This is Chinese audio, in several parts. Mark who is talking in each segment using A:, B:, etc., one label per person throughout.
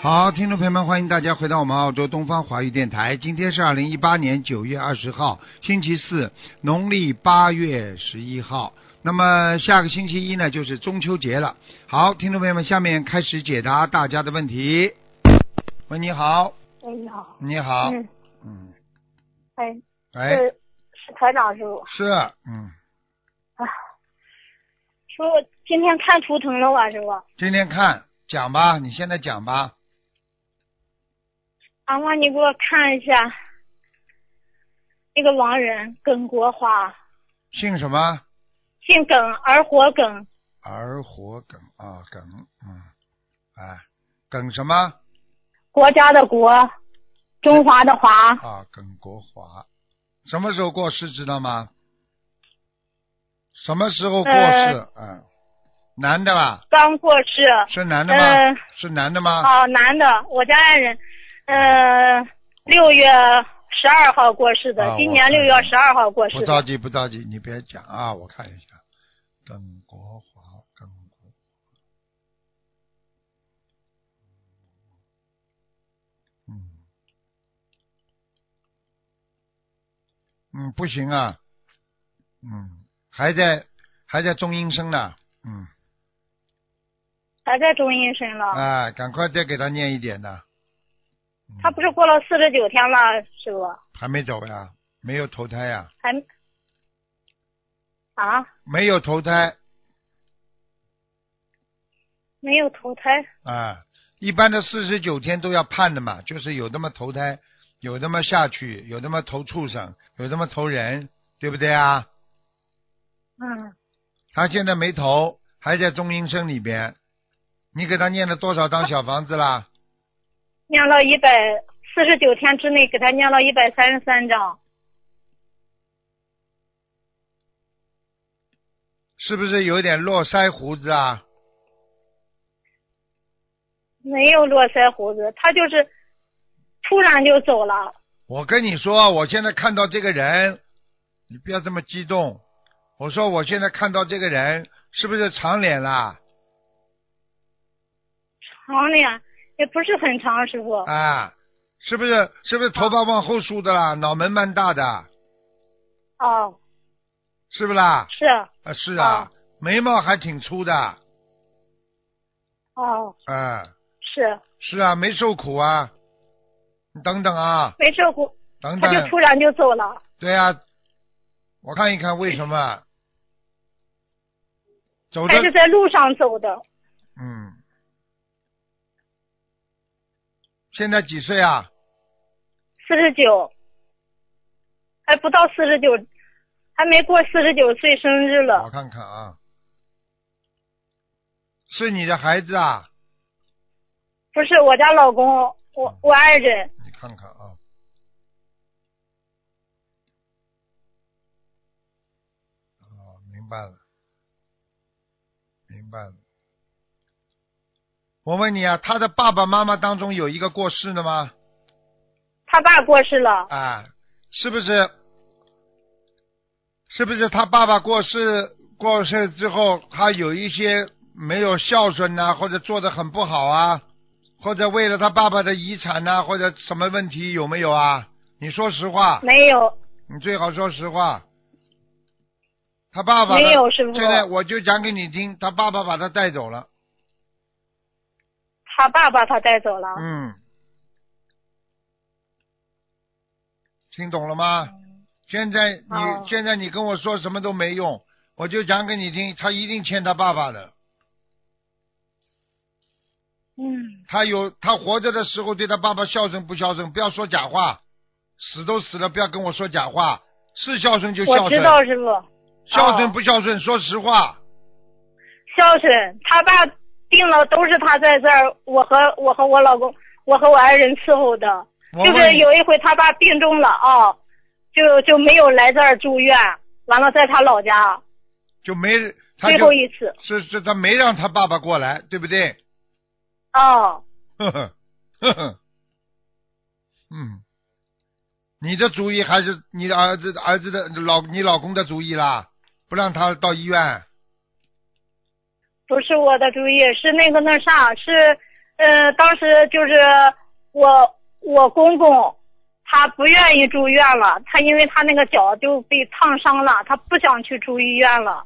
A: 好，听众朋友们，欢迎大家回到我们澳洲东方华语电台。今天是二零一八年九月二十号，星期四，农历八月十一号。那么下个星期一呢，就是中秋节了。好，听众朋友们，下面开始解答大家的问题。喂，你好，
B: 哎，你好。
A: 你好，
B: 嗯，
A: 嗯，
B: 哎，
A: 哎，
B: 是是台长是不？
A: 是，嗯，
B: 说我今天看图腾了吧，是不？
A: 今天看讲吧，你现在讲吧。
B: 阿妈，你给我看一下那个亡人耿国华，
A: 姓什么？
B: 姓耿，儿活耿，
A: 儿活梗啊，梗，嗯，哎，梗什么？
B: 国家的国，中华的华，
A: 啊，耿国华，什么时候过世知道吗？什么时候过世？
B: 呃
A: 嗯，男的吧？
B: 刚过世。
A: 是男的吗？啊
B: 呃，
A: 是男的吗？
B: 哦，男的，我家爱人，呃，六月十二号过世的，
A: 啊
B: 今
A: 我
B: 年
A: 看
B: 六月
A: 看
B: 十二号过世
A: 不着
B: 啊的。
A: 急，不着急，你别讲啊，我看一下。耿国华，耿国华，嗯，嗯，不行啊，嗯，还在还在中阴身呢，嗯，
B: 还在中阴身了。
A: 哎，赶快再给他念一点呢。嗯
B: 他不是过了四十九天了，是不？
A: 还没走呀？没有投胎呀？
B: 还啊，
A: 没有投胎
B: 没有投胎
A: 啊！一般的四十九天都要判的嘛，就是有那么投胎，有那么下去，有那么投畜生，有那么投人，对不对啊？
B: 嗯，
A: 他现在没投，还在中阴身里边。你给他念了多少张小房子啦？
B: 念了一百四十九天之内给他念了一百三十三章，
A: 是不是有点络腮胡子啊？
B: 没有络腮胡子，他就是突然就走了。
A: 我跟你说，我现在看到这个人，你不要这么激动。我说我现在看到这个人是不是长脸啦？
B: 长脸也不是很长，师傅。
A: 啊，是不是是不是头发往后梳的啦？脑门蛮大的，
B: 哦，
A: 是不啦？
B: 是
A: 啊，是啊
B: 啊，
A: 眉毛还挺粗的，
B: 哦，
A: 嗯，
B: 是
A: 是啊，没受苦啊。你等等啊，
B: 没受苦，
A: 等
B: 他就
A: 等
B: 突，然就走了。
A: 对啊，我看一看为什么走的
B: 还是在路上走的，
A: 嗯，现在几岁啊？
B: 四十九，还不到四十九，还没过四十九岁生日了。
A: 我看看啊，是你的孩子啊？
B: 不是我家老公，我
A: 嗯
B: 我爱人，
A: 你看看啊，哦，明白了，明白了。我问你啊，他的爸爸妈妈当中有一个过世的吗？
B: 他爸过世了，
A: 啊，是不是？是不是他爸爸过世过世之后，他有一些没有孝顺呐、或者做的很不好啊，或者为了他爸爸的遗产呐、或者什么问题有没有啊？你说实话，
B: 没有
A: 你最好说实话。他爸爸呢
B: 没有师傅，
A: 现在我就讲给你听，他爸爸把他带走了。
B: 他爸把他带走了。
A: 嗯，听懂了吗？现在你、
B: 哦
A: 现在你跟我说什么都没用，我就讲给你听，他一定欠他爸爸的。
B: 嗯，
A: 他有他活着的时候对他爸爸孝顺不孝顺？不要说假话，死都死了，不要跟我说假话，是孝顺就孝
B: 我知
A: 顺，
B: 道师傅
A: 孝顺不孝顺？说实话，
B: 孝顺，他爸定了都是他在这儿，我和我和我老公，我和我爱人伺候的。
A: 我
B: 就
A: 问
B: 是
A: 你
B: 有一回他爸病重了啊、哦，就就没有来这儿住院，完了在他老家
A: 就没他
B: 最
A: 就
B: 后一次
A: 是是他没让他爸爸过来，对不对？
B: 哦，
A: 呵呵，呵呵，嗯，你的主意还是你的儿子儿子的老你老公的主意啦？不让他到医院，
B: 不是我的主意，是那个那啥，是呃，当时就是我我公公他不愿意住院了，他因为他那个脚就被烫伤了，他不想去住医院了，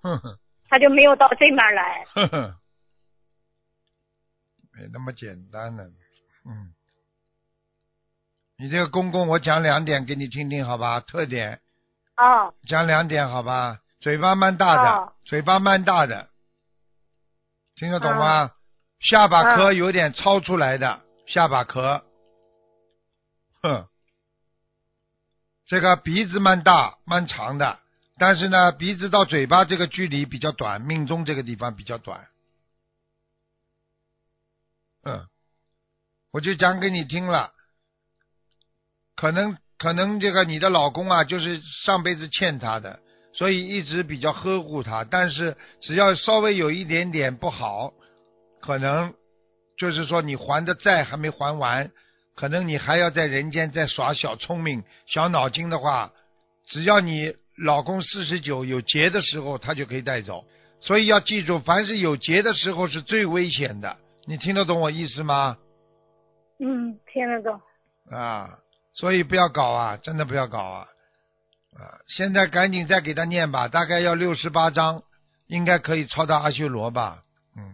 A: 呵呵
B: 他就没有到这面来。
A: 呵呵，没那么简单的，嗯。你这个公公，我讲两点给你听听，好吧？特点
B: 啊
A: 讲两点，好吧？嘴巴蛮大的，
B: 哦
A: 嘴巴蛮大的，听得懂吗？
B: 啊
A: 下巴颏有点超出来的，下巴颏，哼，这个鼻子蛮大蛮长的，但是呢，鼻子到嘴巴这个距离比较短，命中这个地方比较短。嗯，我就讲给你听了，可能可能这个你的老公啊，就是上辈子欠他的，所以一直比较呵护他，但是只要稍微有一点点不好，可能就是说你还的债还没还完，可能你还要在人间再耍小聪明、小脑筋的话，只要你老公四十九有劫的时候，他就可以带走。所以要记住，凡是有劫的时候是最危险的。你听得懂我意思吗？
B: 嗯，听得懂。
A: 啊，所以不要搞啊，真的不要搞啊！啊，现在赶紧再给他念吧，大概要六十八章，应该可以超到阿修罗吧？嗯，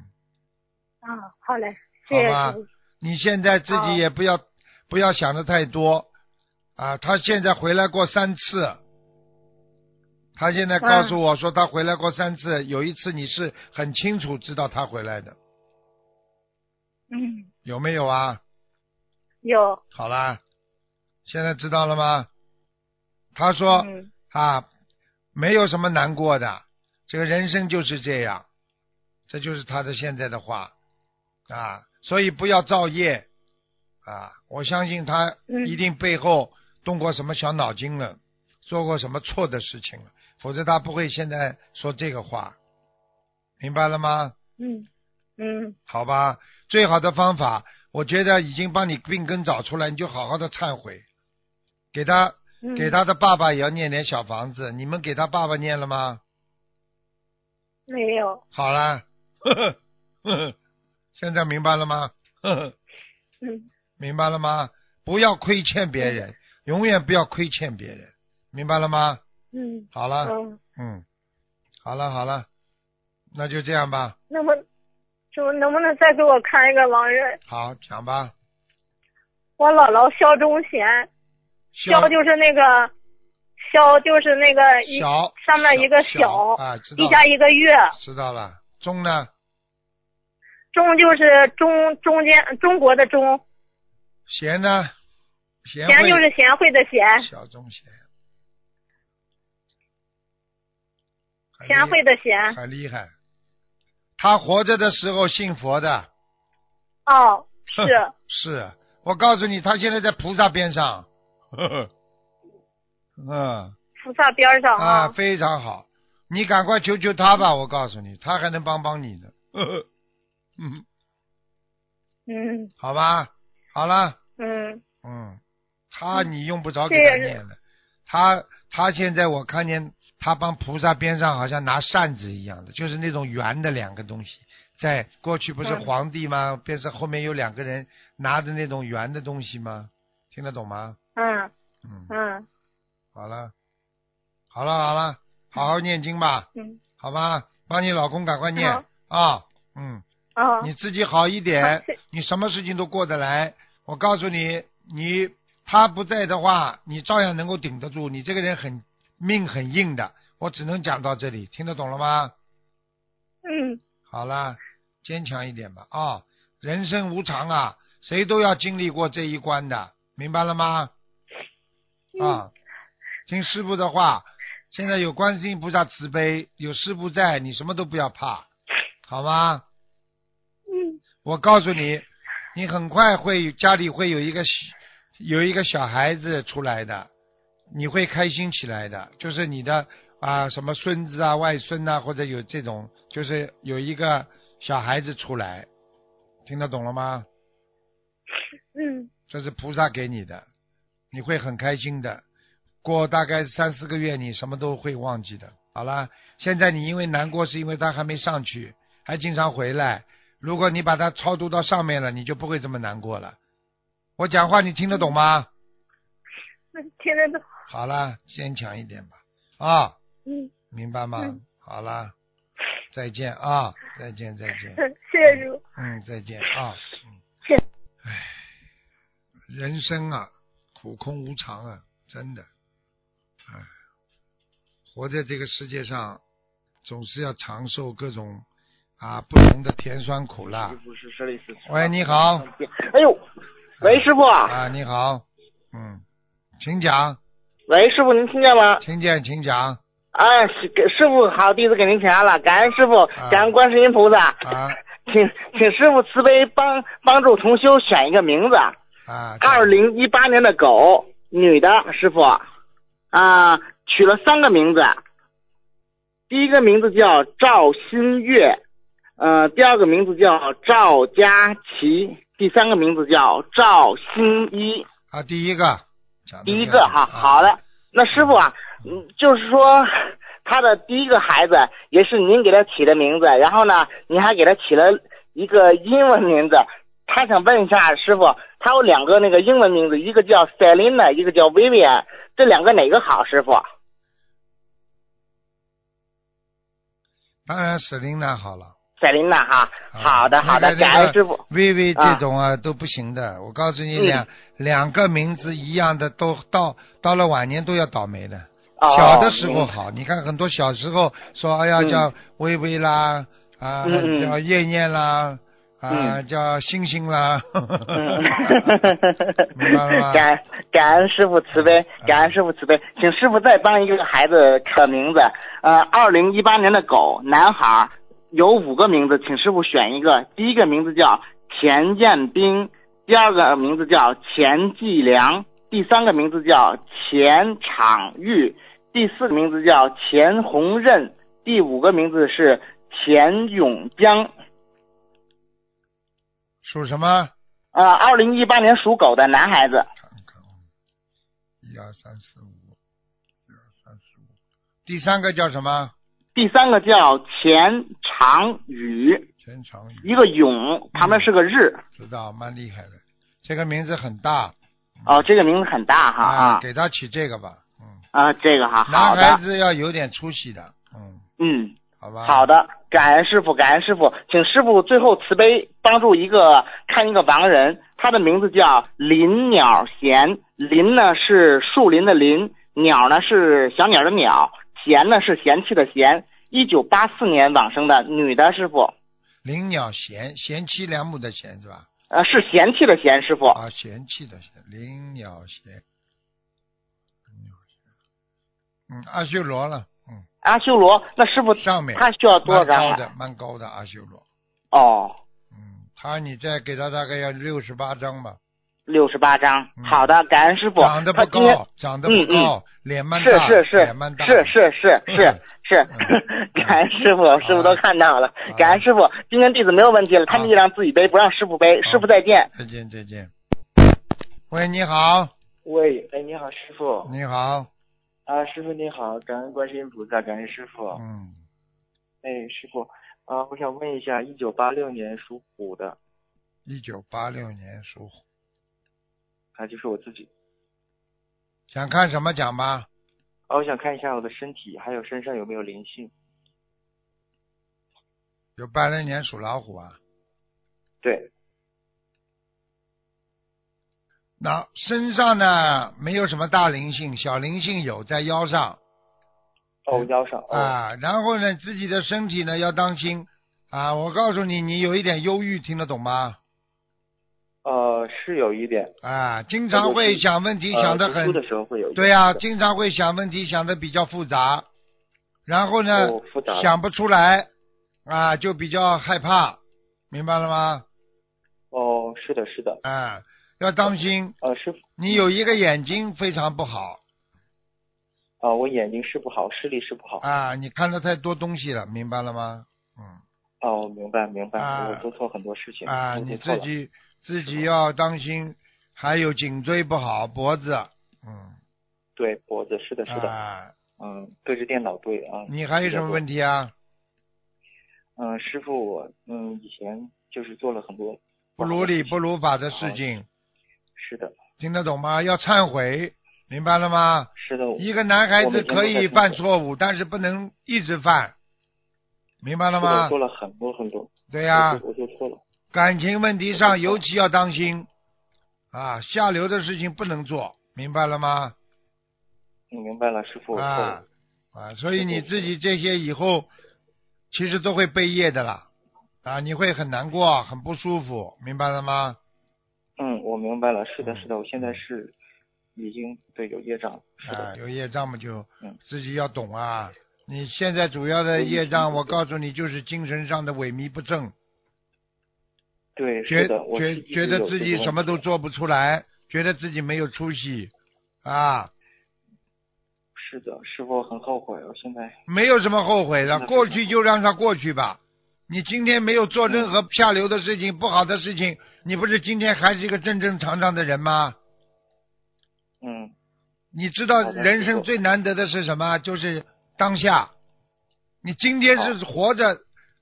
B: 啊，好嘞，谢谢
A: 好吧
B: 师傅。
A: 你现在自己也不要、不要想的太多啊！他现在回来过三次，他现在告诉我说他回来过三次，有一次你是很清楚知道他回来的，
B: 嗯，
A: 有没有啊？
B: 有。
A: 好啦，现在知道了吗？他说。
B: 嗯
A: 啊，没有什么难过的，这个人生就是这样，这就是他的现在的话啊，所以不要造业啊！我相信他
B: 嗯
A: 一定背后动过什么小脑筋了，做过什么错的事情了，否则他不会现在说这个话，明白了吗？
B: 嗯嗯
A: 好吧，最好的方法，我觉得已经帮你病根找出来，你就好好的忏悔，给他
B: 嗯。
A: 给他的爸爸也要念点小房子，你们给他爸爸念了吗？
B: 没有。
A: 好啦， 呵呵呵呵，现在明白了吗？ 呵呵，
B: 嗯
A: 明白了吗？不要亏欠别人，永远不要亏欠别人，明白了吗？
B: 嗯
A: 好了，
B: 嗯，
A: 嗯，好了好了，那就这样吧。
B: 那么，就能不能再给我看一个亡人？
A: 好，讲吧。
B: 我姥姥肖忠贤，肖就是那个，肖就是那个一
A: 小
B: 上面一个
A: 小
B: 小
A: 啊，知道
B: 一
A: 了
B: 加一个月，
A: 知道了。中呢？
B: 中就是中中间中国的中，
A: 贤呢？贤
B: 贤
A: 惠啊
B: 就是贤惠的贤，
A: 小中贤，很厉
B: 贤惠的贤。
A: 很厉害。他活着的时候信佛的，啊
B: 哦，是
A: 是我告诉你，他现在在菩萨边上， 嗯
B: 菩萨边上
A: 啊，
B: 啊。
A: 非常好，你赶快求求他吧，我告诉你，他还能帮帮你呢。 嗯，
B: 嗯
A: 好吧，好了，
B: 嗯
A: 嗯，他你用不着给
B: 这
A: 他
B: 也是
A: 念了，他他现在我看见他帮菩萨边上好像拿扇子一样的，就是那种圆的两个东西，在过去不是
B: 嗯
A: 皇帝吗？变成后面有两个人拿着那种圆的东西吗？听得懂吗？
B: 嗯
A: 嗯，
B: 嗯
A: 好了，好了好了，好好念经吧，
B: 嗯
A: 好吧，帮你老公赶快念
B: 好
A: 啊、嗯。
B: 哦
A: 你自己好一
B: 好
A: 点
B: 是，
A: 你什么事情都过得来。我告诉你，你他不在的话，你照样能够顶得住。你这个人很命很硬的，我只能讲到这里，听得懂了吗？
B: 嗯
A: 好啦，坚强一点吧啊、人生无常啊，谁都要经历过这一关的，明白了吗？啊，听师傅的话，现在有观世音菩萨慈悲，有师傅在，你什么都不要怕，好吗？
B: 嗯
A: 我告诉你，你很快会家里会有一个小有一个小孩子出来的，你会开心起来的。就是你的啊什么孙子啊、外孙啊，或者有这种，就是有一个小孩子出来，听得懂了吗？
B: 嗯
A: 这是菩萨给你的，你会很开心的。过大概三四个月，你什么都会忘记的。好啦，现在你因为难过，是因为他还没上去，还经常回来。如果你把它超度到上面了，你就不会这么难过了。我讲话你听得懂吗？
B: 听得懂。
A: 好啦，坚强一点吧。啊，
B: 嗯，
A: 明白吗？
B: 嗯
A: 好啦，再见啊，再见再见，
B: 谢谢师傅。
A: 嗯，再见啊。
B: 谢
A: 嗯。唉，人生啊，苦空无常啊，真的，唉，活在这个世界上，总是要尝受各种啊不同的甜酸苦辣
C: 师。傅是这里是。
A: 喂，你好。
C: 啊哎呦，喂，师傅，
A: 啊，你好，嗯，请讲，
C: 喂，师傅，您听见吗？
A: 请讲，请讲
C: 啊，是给师傅好，弟子给您请安了，感恩师傅，感恩观世音菩萨，
A: 啊
C: 请请师傅慈悲帮帮助同修选一个名字，
A: 啊。
C: 二零一八年的狗，女的，师傅，啊，取了三个名字，第一个名字叫赵新月，呃，第二个名字叫赵佳琪，第三个名字叫赵新一。
A: 啊，第一个，讲得
C: 第一
A: 对
C: 个哈，
A: 啊
C: 好的。那师傅啊，嗯，就是说他的第一个孩子也是您给他起的名字，然后呢，您还给他起了一个英文名字。他想问一下师傅，他有两个那个英文名字，一个叫 Selina，一个叫 Vivian，这两个哪个好？师傅？
A: 当然，舍琳娜好了。
C: 塞琳娜哈，
A: 啊
C: 好的好的，
A: 那个
C: 感恩师傅。
A: 微微
C: 啊
A: 这种啊都不行的，我告诉你，
C: 嗯
A: 两两个名字一样的，都到到了晚年都要倒霉的。
C: 哦，
A: 小的时候
C: 明
A: 好，你看很多小时候说，哎呀
C: 嗯
A: 叫微微啦，啊
C: 嗯嗯
A: 叫燕燕啦，啊
C: 嗯
A: 叫星星啦，
C: 嗯
A: 明白了吗，
C: 感感恩师傅慈悲，感恩师傅慈悲，请师傅再帮一个孩子的名字，呃，二零一八年的狗男孩，有五个名字，请师傅选一个。第一个名字叫钱建兵，第二个名字叫钱继良，第三个名字叫钱场玉，第四个名字叫钱红任，第五个名字是钱永江。
A: 属什么？
C: 呃，二零一八年属狗的男孩子，
A: 看看，一二三四五，一二三四五，第三个叫什么？
C: 第三个叫钱长宇，
A: 全长宇，
C: 一个勇旁边是个日，
A: 知道，蛮厉害的，这个名字很大
C: 哦，这个名字很大哈
A: 啊，
C: 啊
A: 给他起这个吧，嗯，
C: 啊，这个哈好
A: 男孩
C: 的，
A: 子要有点出息的，嗯，
C: 嗯，
A: 好吧，
C: 好，的，感恩师傅，感恩师傅，请师傅最后慈悲帮助一个看一个亡人，他的名字叫林鸟贤，林呢是树林的林，鸟呢是小鸟的鸟，贤呢是嫌弃的贤，一九八四年往生的女的师傅，
A: 林鸟贤，贤妻良母的贤是吧？
C: 呃是嫌弃的嫌师傅，
A: 啊，嫌弃的贤，林鸟贤，林鸟贤，嗯，阿修罗了，嗯，
C: 阿啊修罗，那师傅
A: 上面
C: 他需要多少
A: 蛮
C: 张
A: 高
C: 啊？
A: 的，蛮高的阿修罗，
C: 哦，
A: 嗯，他你再给他大概要六十八张吧，
C: 六十八张。
A: 嗯
C: 好的，感恩师傅。
A: 长得不
C: 他今天
A: 高，长得不
C: 嗯嗯
A: 高，脸蛮
C: 是
A: 大，
C: 是是
A: 脸蛮大，
C: 是是是是
A: 嗯
C: 是
A: 嗯，
C: 感恩师傅，师傅都看到了
A: 啊，
C: 感恩师傅。今天弟子没有问题了，他
A: 啊
C: 们力量自己背，不让师傅背。
A: 好
C: 师傅再见。
A: 再见再见。喂，你好，
D: 喂，哎，你好，师傅
A: 你好，
D: 啊，师傅你好，感恩观世音菩萨，感恩师
C: 哦
D: 傅。
A: 嗯，
D: 哎，师傅啊，我想问一下，一九八六年属虎的，
A: 一九八六年属虎，
D: 啊，就是我自己。
A: 想看什么讲吧？
D: 啊，我想看一下我的身体，还有身上有没有灵性？
A: 有八六年属老虎啊，
D: 对，
A: 那身上呢没有什么大灵性，小灵性有在腰上
D: 哦，腰上。哦、
A: 啊，然后呢自己的身体呢要当心啊，我告诉你，你有一点忧郁，听得懂吗？
D: 呃，是有一点。
A: 啊，经常会想问题想
D: 的
A: 得很
D: 呃读书的时候会有一点。
A: 对呀、
D: 是
A: 经常会想问题想的比较复杂，然后呢，
D: 哦复杂
A: 想不出来啊，就比较害怕，明白了吗？
D: 哦，是的，是的。
A: 啊，要当心，
D: 呃，师傅，
A: 你有一个眼睛非常不好
D: 啊，我眼睛是不好，视力是不好。
A: 啊，你看了太多东西了，明白了吗？嗯，
D: 哦，明白，明白，
A: 啊
D: 我做错很多事情。
A: 啊，
D: 我做
A: 你
D: 错
A: 自
D: 了
A: 己自己要当心，还有颈椎不好，脖子，嗯，
D: 对脖子，是的，是的。
A: 啊，
D: 嗯，对着电脑对啊。
A: 你还有什么
D: 题？
A: 问题啊？
D: 呃嗯，师傅，我嗯以前就是做了很多
A: 不如理不如法的事情，
D: 是的，
A: 听得懂吗？要忏悔，明白了吗？
D: 是的，
A: 一个男孩
D: 我
A: 子
D: 每天
A: 可
D: 都在
A: 以
D: 忏
A: 犯
D: 悔
A: 错误，但是不能一直犯，明白了
D: 是的
A: 吗
D: 做？了很多很多，
A: 对啊呀、
D: 我做我做错了，
A: 感情问题上
D: 我知道
A: 尤其要当心啊，下流的事情不能做，明白了吗？
D: 你明白了，师傅，我错
A: 啊
D: 了，
A: 啊，所以你自己这些以后其实都会背业的啦，啊，你会很难过，很不舒服，明白了吗？
D: 嗯，我明白了，是的，是的，我现在是已经对有业障了，是的，
A: 嗯啊，有业障嘛就
D: 嗯
A: 自己要懂啊。你现在主要的业障，我告诉你，就是精神上的萎靡不振，
D: 对，
A: 觉
D: 是的，我
A: 觉
D: 是一直
A: 觉得
D: 有
A: 自
D: 这
A: 己
D: 个
A: 什么
D: 问
A: 都
D: 题
A: 做不出来，觉得自己没有出息，啊，
D: 是的，师傅我很后悔，我现在
A: 没有什么后悔的，
D: 那是
A: 过去就让它过去吧。你今天没有做
D: 嗯
A: 任何下流的事情、不好的事情，你不是今天还是一个正正常常的人吗？
D: 嗯，
A: 你知道
D: 好的
A: 人
D: 师
A: 生
D: 父
A: 最难得的是什么？就是当下。你今天是活着，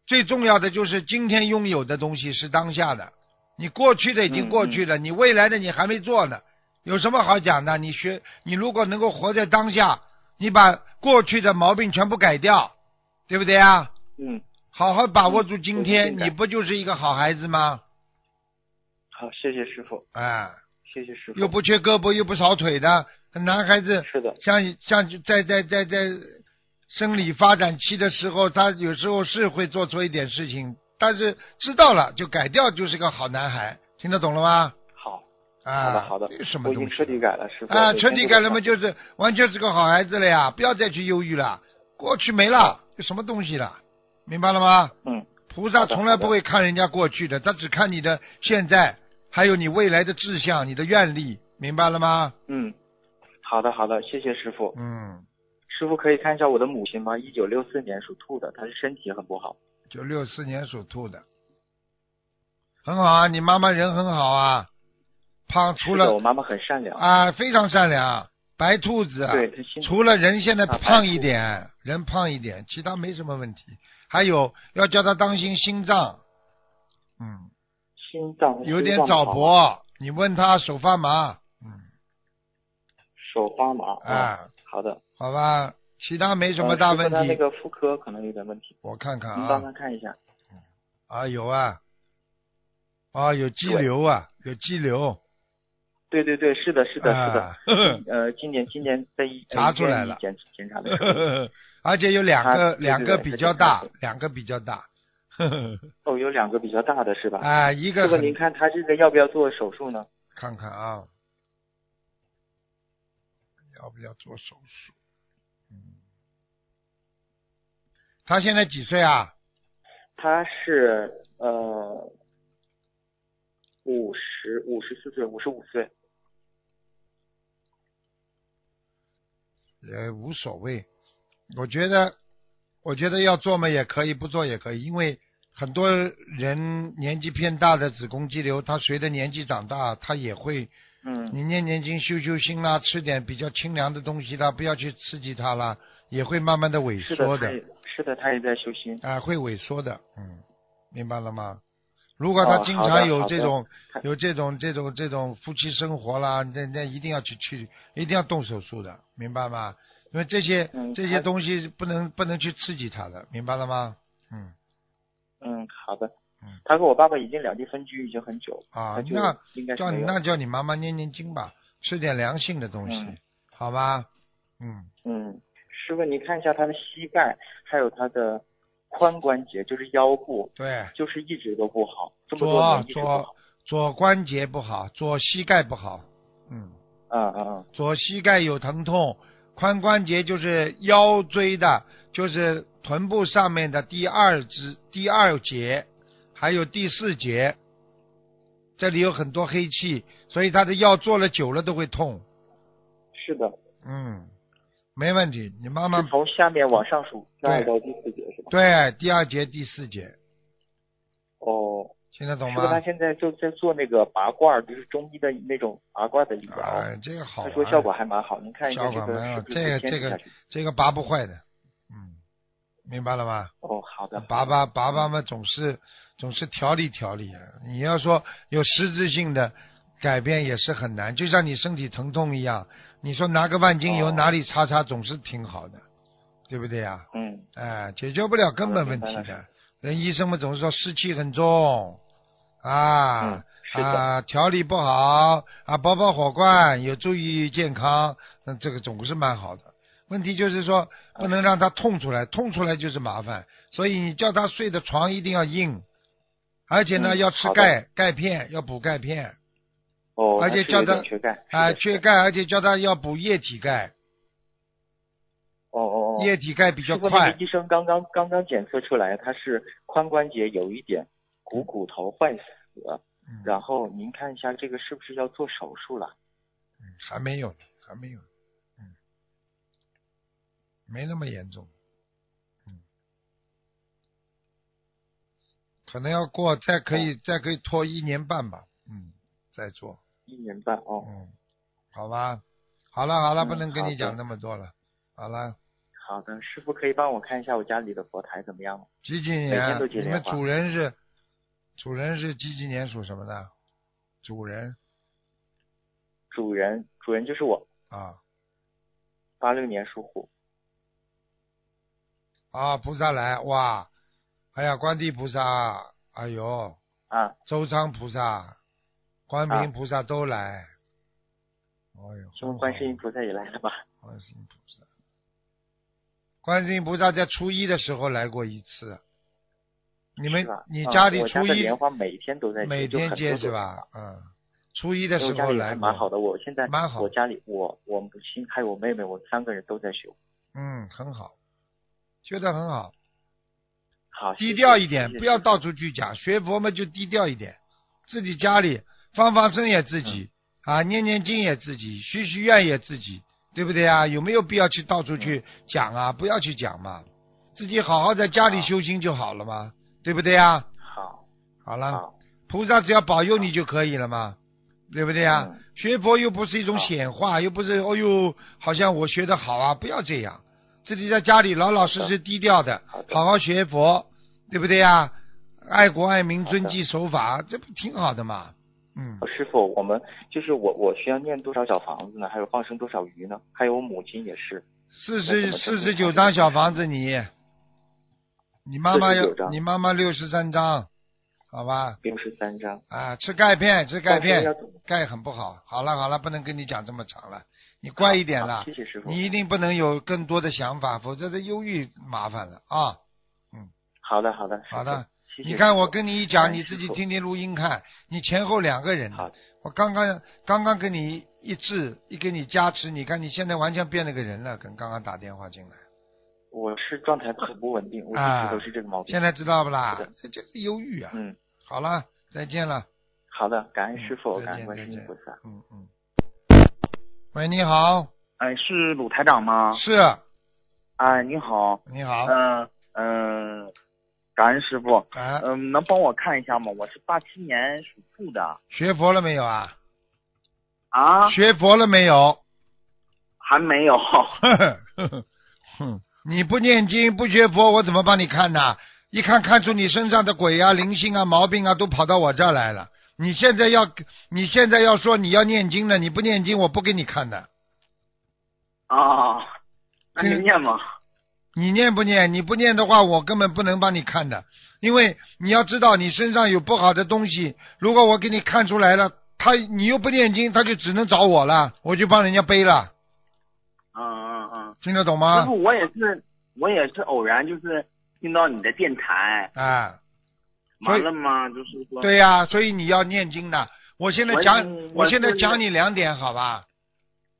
A: 最重要的就是今天拥有的东西是当下的。你过去的已经
D: 嗯
A: 过去了，你未来的你还没做呢，有什么好讲的？你学，你如果能够活在当下，你把过去的毛病全部改掉，对不对啊？
D: 嗯，
A: 好好把握住今
D: 嗯
A: 天，
D: 我明白
A: 你不就是一个好孩子吗？
D: 好，谢谢师傅，
A: 哎，
D: 谢谢师傅，
A: 又不缺胳膊又不少腿的男孩子，
D: 是的，
A: 像像在在在在生理发展期的时候，他有时候是会做错一点事情，但是知道了就改掉，就是个好男孩，听得懂了吗？
D: 好，
A: 啊，
D: 好的好的
A: 这，什
D: 我
A: 么
D: 已经
A: 东
D: 彻底
A: 西？
D: 改了，师傅
A: 啊，
D: 每
A: 彻
D: 天
A: 底
D: 都
A: 改
D: 在
A: 了嘛，
D: 忏悔
A: 就是完全是个好孩子了呀，不要再去忧郁了，过去没了，有什么东西了？明白了吗？
D: 嗯，
A: 菩萨从来不会看人家过去的，他只看你的现在，还有你未来的志向、你的愿力，明白了吗？
D: 嗯，好的好的，谢谢师傅。
A: 嗯，
D: 师傅可以看一下我的母亲吗？一九六四年属兔的，她是身体很不好。
A: 就六四年属兔的，很好啊，你妈妈人很好啊，胖除
D: 是的我
A: 了
D: 妈妈很善良。
A: 啊非常善良，白兔子啊，
D: 对，她心
A: 除了人现在
D: 啊白
A: 胖一
D: 兔
A: 点，人胖一点，其他没什么问题。还有要叫他当心心脏，嗯，
D: 心脏
A: 有点
D: 心
A: 早
D: 脏不好，
A: 搏，你问他手发麻，嗯，
D: 手发麻。
A: 啊。
D: 嗯好的，
A: 好吧，其他没什么
D: 呃
A: 大
D: 师傅
A: 问
D: 她
A: 题。
D: 那个嗯妇科可能有点问题，
A: 我看看
D: 您帮
A: 啊
D: 她看一下。
A: 啊有啊啊有肌瘤啊有肌瘤，
D: 对对对，是的，是
A: 是
D: 的，是的。呃，今年今年在医
A: 啊查
D: 呃医院
A: 出来了
D: 里检检查的时 候，
A: 呵而且有两个
D: 啊对对对
A: 两个比较大
D: 这个，
A: 两个比较大， 呵呵
D: 哦，有两个比较大的是吧？
A: 啊一个
D: 师傅，
A: 很
D: 您看她这个要不要做手术呢？
A: 看看啊，要不要做手术？嗯，他现在几岁啊？
D: 她是呃五十五十四岁，五十五岁。
A: 也呃无所谓。我觉得，我觉得要做嘛也可以，不做也可以，因为很多人年纪偏大的子宫肌瘤，它随着年纪长大，它也会。
D: 嗯，
A: 你念念经、修修心啦，吃点比较清凉的东西啦，不要去刺激它啦，也会慢慢的萎
D: 是
A: 缩
D: 他
A: 的，
D: 也是的，他也在修心。
A: 啊、会萎缩的，嗯，明白了吗？如果他
D: 哦
A: 经
D: 好的
A: 常有
D: 好的
A: 这种、
D: 他
A: 有这种、这种、这种夫妻生活啦，那那一定要去去，一定要动手术的，明白吗？因为这些、
D: 嗯
A: 这些
D: 他
A: 东西不能不能去刺激他的，明白了吗？嗯
D: 嗯，好的
A: 嗯。
D: 他和我爸爸已经两地分居已经很久，
A: 啊
D: 他，就
A: 那
D: 应该是
A: 叫
D: 没
A: 你
D: 有
A: 那叫你妈妈念念经吧，吃点良性的东西，
D: 嗯
A: 好吧？嗯，
D: 嗯，师傅，你看一下他的膝盖，还有他的髋关节，就是腰部，
A: 对，
D: 就是一直都不好，这么多
A: 左
D: 年一直不
A: 左
D: 好。
A: 左关节不好，左膝盖不好，嗯。
D: 嗯嗯嗯，
A: 左膝盖有疼痛，髋关节就是腰椎的，就是臀部上面的第二支、第二节，还有第四节，这里有很多黑气，所以他的药做了久了都会痛。
D: 是的，
A: 嗯，没问题，你妈妈
D: 是从下面往上数，那到第四节是吧？
A: 对第二节、第四节，
D: 哦，
A: 听得懂
D: 师傅他
A: 吗？
D: 现在就在做那个拔罐儿，就是中医的那种拔罐儿的医疗，
A: 啊，这个好
D: 他
A: 玩，
D: 说效果还蛮好，您看一下
A: 效
D: 这
A: 果蛮好
D: 个是不
A: 这个
D: 是
A: 这
D: 坚持
A: 个
D: 下去？
A: 这个拔不坏的，嗯，明白了吗？
D: 哦，好的，
A: 爸爸爸爸们总是总是调理调理啊。你要说有实质性的改变也是很难，就像你身体疼痛一样，你说拿个万金油
D: 哦
A: 哪里擦擦总是挺好的，对不对呀、
D: 嗯，
A: 哎，解决不了根本问题
D: 哦明白
A: 的。人医生们总是说湿气很重啊。
D: 嗯是的
A: 啊，调理不好啊，保保火罐，有助于健康，那这个总是蛮好的。问题就是说，
D: 嗯
A: 不能让他痛出来，痛出来就是麻烦。所以你叫他睡的床一定要硬，而且呢、
D: 嗯
A: 要吃
D: 好的
A: 钙钙片，要补钙片，
D: 哦，
A: 而
D: 他
A: 且
D: 是
A: 叫
D: 有点
A: 他啊、
D: 缺钙是的
A: 缺
D: 是的
A: 钙，而且叫他要补液体钙，
D: 哦哦哦，
A: 液体钙比较
D: 师傅那
A: 快
D: 个。医生刚刚刚刚检测出来，他是髋关节有一点股骨头坏死了，
A: 嗯
D: 然后您看一下这个是不是要做手术了？
A: 还没有呢，还没有呢，嗯，没那么严重，嗯，可能要过再可
D: 哦
A: 以、再可以拖一年半吧，嗯，再做，
D: 一年半哦，
A: 嗯，好吧，好了好了，
D: 嗯
A: 不能跟你
D: 好的
A: 讲那么多了，好了，
D: 好的，师傅可以帮我看一下我家里的佛台怎么样吗？
A: 几几
D: 天
A: 年？
D: 都接啊
A: 你们
D: 电话
A: 主人是主人是几几年属什么的？主人
D: 主人，主人就是我，
A: 啊
D: 八六年属虎。
A: 啊，菩萨来哇，哎呀，观地菩萨，哎呦。
D: 啊，
A: 周仓菩萨、观明菩萨都来。哎呦，
D: 请问观世音
A: 真
D: 菩萨也来了吧？
A: 好观世音菩萨，观世音菩萨在初一的时候来过一次。你们
D: 是吧
A: 你
D: 啊
A: 家里
D: 我
A: 初
D: 的
A: 一
D: 莲花每天都在
A: 每
D: 就
A: 天
D: 很
A: 接
D: 多
A: 是
D: 朵
A: 吧？嗯，初一的
D: 因为
A: 时
D: 我家
A: 候
D: 里
A: 来
D: 还
A: 过。
D: 蛮好的，我现在
A: 蛮好
D: 我家里我我母亲还有我妹妹，我三个人都在学。
A: 嗯，很好，修得很好，
D: 好，谢
A: 低
D: 谢
A: 调一点，
D: 谢谢
A: 不要
D: 师父
A: 到处去讲。学佛嘛，就低调一点，自己家里放放生也自
D: 嗯
A: 己、啊，念念经也自己，许许愿也自己，对不对啊？有没有必要去到处
D: 嗯
A: 去讲啊？不要去讲嘛，自己好好在家里
D: 好
A: 修心就好了嘛，对不对啊？
D: 好，
A: 好了，
D: 好，
A: 菩萨只要保佑你就可以了嘛，对不对啊？
D: 嗯
A: 学佛又不是一种
D: 好
A: 显化，又不是哦呦，好像我学的好啊，不要这样，自己在家里老老实
D: 好
A: 实低调的，
D: 好的
A: 好好学佛，对不对呀？爱国爱民，
D: 好的
A: 遵纪守法，这不挺好的嘛？嗯，
D: 师傅，我们就是我，我需要念多少小房子呢？还有放生多少鱼呢？还有我母亲也是，
A: 四
D: 那怎
A: 十
D: 么
A: 四
D: 证
A: 十
D: 明
A: 九
D: 他
A: 张
D: 是啊
A: 小房子你，你妈妈要
D: 49张
A: 你妈妈六十三张，好吧？
D: 六十三张。
A: 啊，吃钙片，吃钙
D: 放生要
A: 片
D: 怎么，
A: 钙很不好。好了好了，不能跟你讲这么长了，你乖一点
D: 好
A: 啦
D: 谢。谢师傅。
A: 你一定不能有更多的想法，否则这忧郁麻烦了啊！
D: 好的，好的，师傅
A: 好的。
D: 谢谢
A: 你看
D: 师傅
A: 我跟你一讲，
D: 感恩
A: 你
D: 师
A: 自己
D: 父
A: 听听录音看，你前后两个人
D: 好的，
A: 我刚刚刚刚跟你一致，一给你加持，你看你现在完全变了个人了，跟刚刚打电话进来，
D: 嗯我是状态很不稳定，我一
A: 啊
D: 直都是这个毛病。
A: 现在知道不啦
D: 是的？
A: 这就是忧郁啊！
D: 嗯，
A: 好了，再见了，
D: 好的，感恩师傅，
A: 嗯
D: 感
A: 再见
D: 恩观世
A: 再
D: 音
A: 见
D: 菩萨。
A: 嗯嗯。喂，你好，
E: 哎，是鲁台长吗？
A: 是，
C: 啊
E: 哎，你好，
A: 你好，
E: 嗯嗯、感恩师傅，
D: 呃
A: 啊
E: 嗯、，能帮我看一下吗？我是八七年属兔的
A: 学佛了没有啊？
E: 啊，
A: 学佛了没有？
E: 还没 有，
A: 呵呵呵呵，哼， 你不念经不学佛，我怎么帮你看呢？一看看出你身上的鬼啊、灵性啊、毛病啊，都跑到我这儿来了。你现在要，你现在要说你要念经的，你不念经，我不给你看的。
E: 啊，那您念吗？
A: 你念不念？你不念的话，我根本不能帮你看的，因为你要知道你身上有不好的东西。如果我给你看出来了，他你又不念经，他就只能找我了，我就帮人家背了，
E: 嗯嗯嗯，
A: 听得懂
E: 师
A: 吗？
E: 傅，我也是，我也是偶然就是听到你的电台，
A: 啊。所以
E: 完了吗？就是说，
A: 对呀、所以你要念经的。我现在
E: 我
A: 讲，
E: 我
A: 我现在
E: 是
A: 讲你两点，好吧？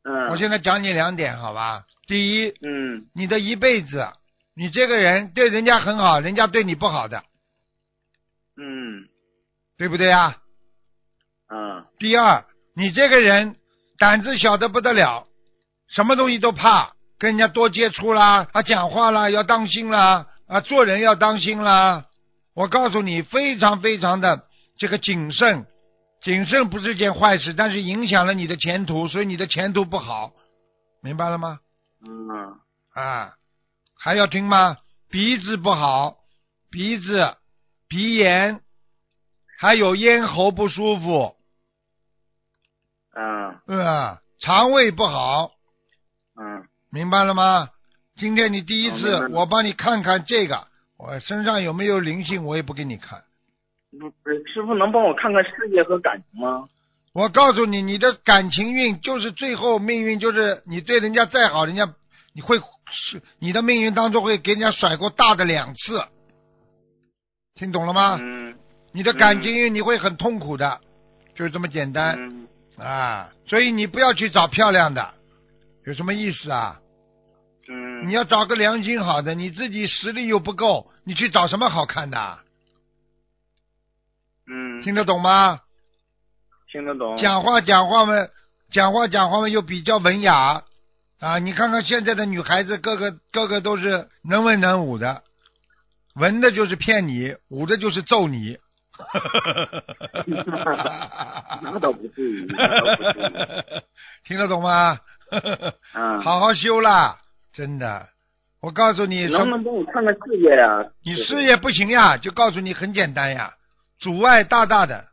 E: 嗯，
A: 我现在讲你两点，好吧？第一，
E: 嗯
A: 你的一辈子，你这个人对人家很好，人家对你不好的，
E: 嗯
A: 对不对啊？
E: 嗯
A: 第二，你这个人胆子小的不得了，什么东西都怕，跟人家多接触啦，啊，讲话啦要当心啦，啊，做人要当心啦。我告诉你，非常非常的这个谨慎，谨慎不是件坏事，但是影响了你的前途，所以你的前途不好，明白了吗？
E: 嗯
A: 啊，还要听吗？鼻子不好，鼻子、鼻炎、还有咽喉不舒服，
E: 嗯
A: 呃，肠胃不好，
E: 嗯
A: 明白了吗？今天你第一
E: 哦明白
A: 次，
E: 了
A: 我帮你看看这个，我身上有没有灵性，我也不给你看。
E: 不不是，师傅能帮我看看事业和感情吗？
A: 我告诉你，你的感情运就是最后命运，就是你对人家再好，人家你会是你的命运当中会给人家甩过大的两次，听懂了吗？
E: 嗯
A: 你的感情运你会很痛苦的，就是这么简单、
E: 嗯
A: 啊！所以你不要去找漂亮的，有什么意思啊？
E: 嗯，
A: 你要找个良心好的，你自己实力又不够，你去找什么好看的啊？
E: 嗯哦
A: 听得懂吗？
E: 听得懂？
A: 讲话讲话嘛，讲话讲话嘛又比较文雅啊！你看看现在的女孩子，个个个个都是能文能武的，文的就是骗你，武的就是揍 你。
E: 那 倒不至于，那倒不至于。
A: 听得懂吗？
E: 嗯，，
A: 好好修啦，真的。我告诉你，什
E: 能不
A: 么
E: 能帮我看看事业啊呀？
A: 你
E: 师傅
A: 事业不行呀，就告诉你很简单呀，阻碍大大的。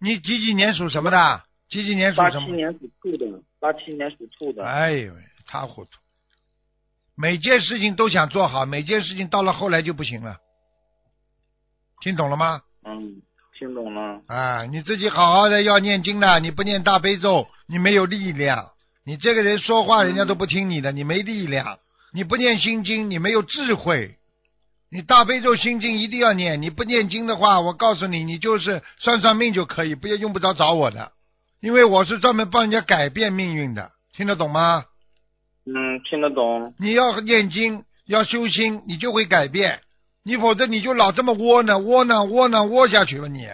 A: 你几几年属什么的？几几年属
E: 八
A: 什么
E: 七？年属兔的，八七年属兔的。
A: 哎呦，一塌糊涂！每件事情都想做好，每件事情到了后来就不行了。听懂了吗？
E: 嗯，听懂了。
A: 啊，你自己好好的要念经的，你不念大悲咒，你没有力量。你这个人说话人家都不听你的，你没力量。你不念心经，你没有智慧。你大悲咒心经一定要念，你不念经的话，我告诉你，你就是算算命就可以，不要用不着找我的，因为我是专门帮人家改变命运的，听得懂吗？
E: 嗯，听得懂。
A: 你要念经，要修心，你就会改变。你否则你就老这么窝囊窝囊窝囊窝下去了你。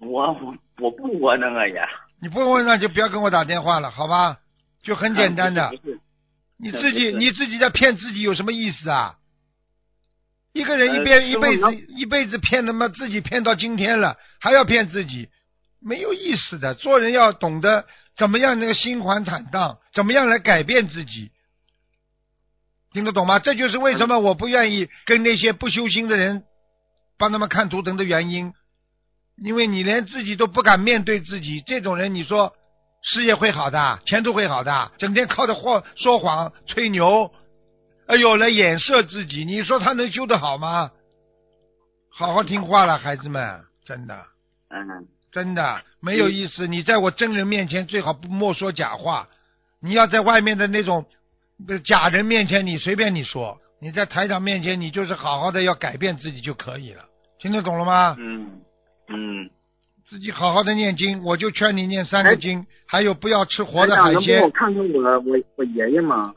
E: 我我我不窝囊啊也。
A: 你不窝囊就不要跟我打电话了，好吧？就很简单的
E: 嗯不，是。不是
A: 你自己
E: 不是
A: 你自己在骗自己有什么意思啊？一个人一
E: 呃
A: 辈、
E: 师
A: 一
E: 傅
A: 辈
E: 能
A: 子一辈子骗他妈自己骗到今天了，还要骗自己，没有意思的。做人要懂得怎么样那个心怀坦荡，怎么样来改变自己，听得懂吗？这就是为什
E: 嗯
A: 么我不愿意跟那些不修心的人帮他们看图腾的原因，因为你连自己都不敢面对自己，这种人你说事业会好的，前途会好的，整天靠着话说谎、吹牛，哎呦来掩饰自己，你说他能修得好吗？好好听话了，孩子们，真的
E: 嗯
A: 真的没有意思。你在我真人面前最好不莫说假话，你要在外面的那种呃假人面前，你随便你说；你在台长面前，你就是好好的要改变自己就可以了。听得懂了吗？
E: 嗯嗯。
A: 自己好好的念经，我就劝你念三个
E: 哎
A: 经，还有不要吃活
E: 台
A: 的
E: 长
A: 海
E: 能帮我
A: 鲜，
E: 看看我我我爷爷吗？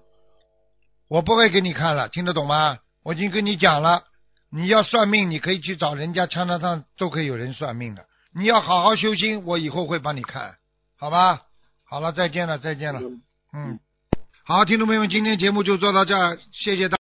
A: 我不会给你看了，听得懂吗？我已经跟你讲了，你要算命，你可以去找人家枪枪上都可以有人算命的。你要好好修心，我以后会帮你看，好吧？好嗯
E: 嗯
A: 了，再见了，再见了，嗯，好，听众朋友们，今天节目就做到这儿，谢谢大家。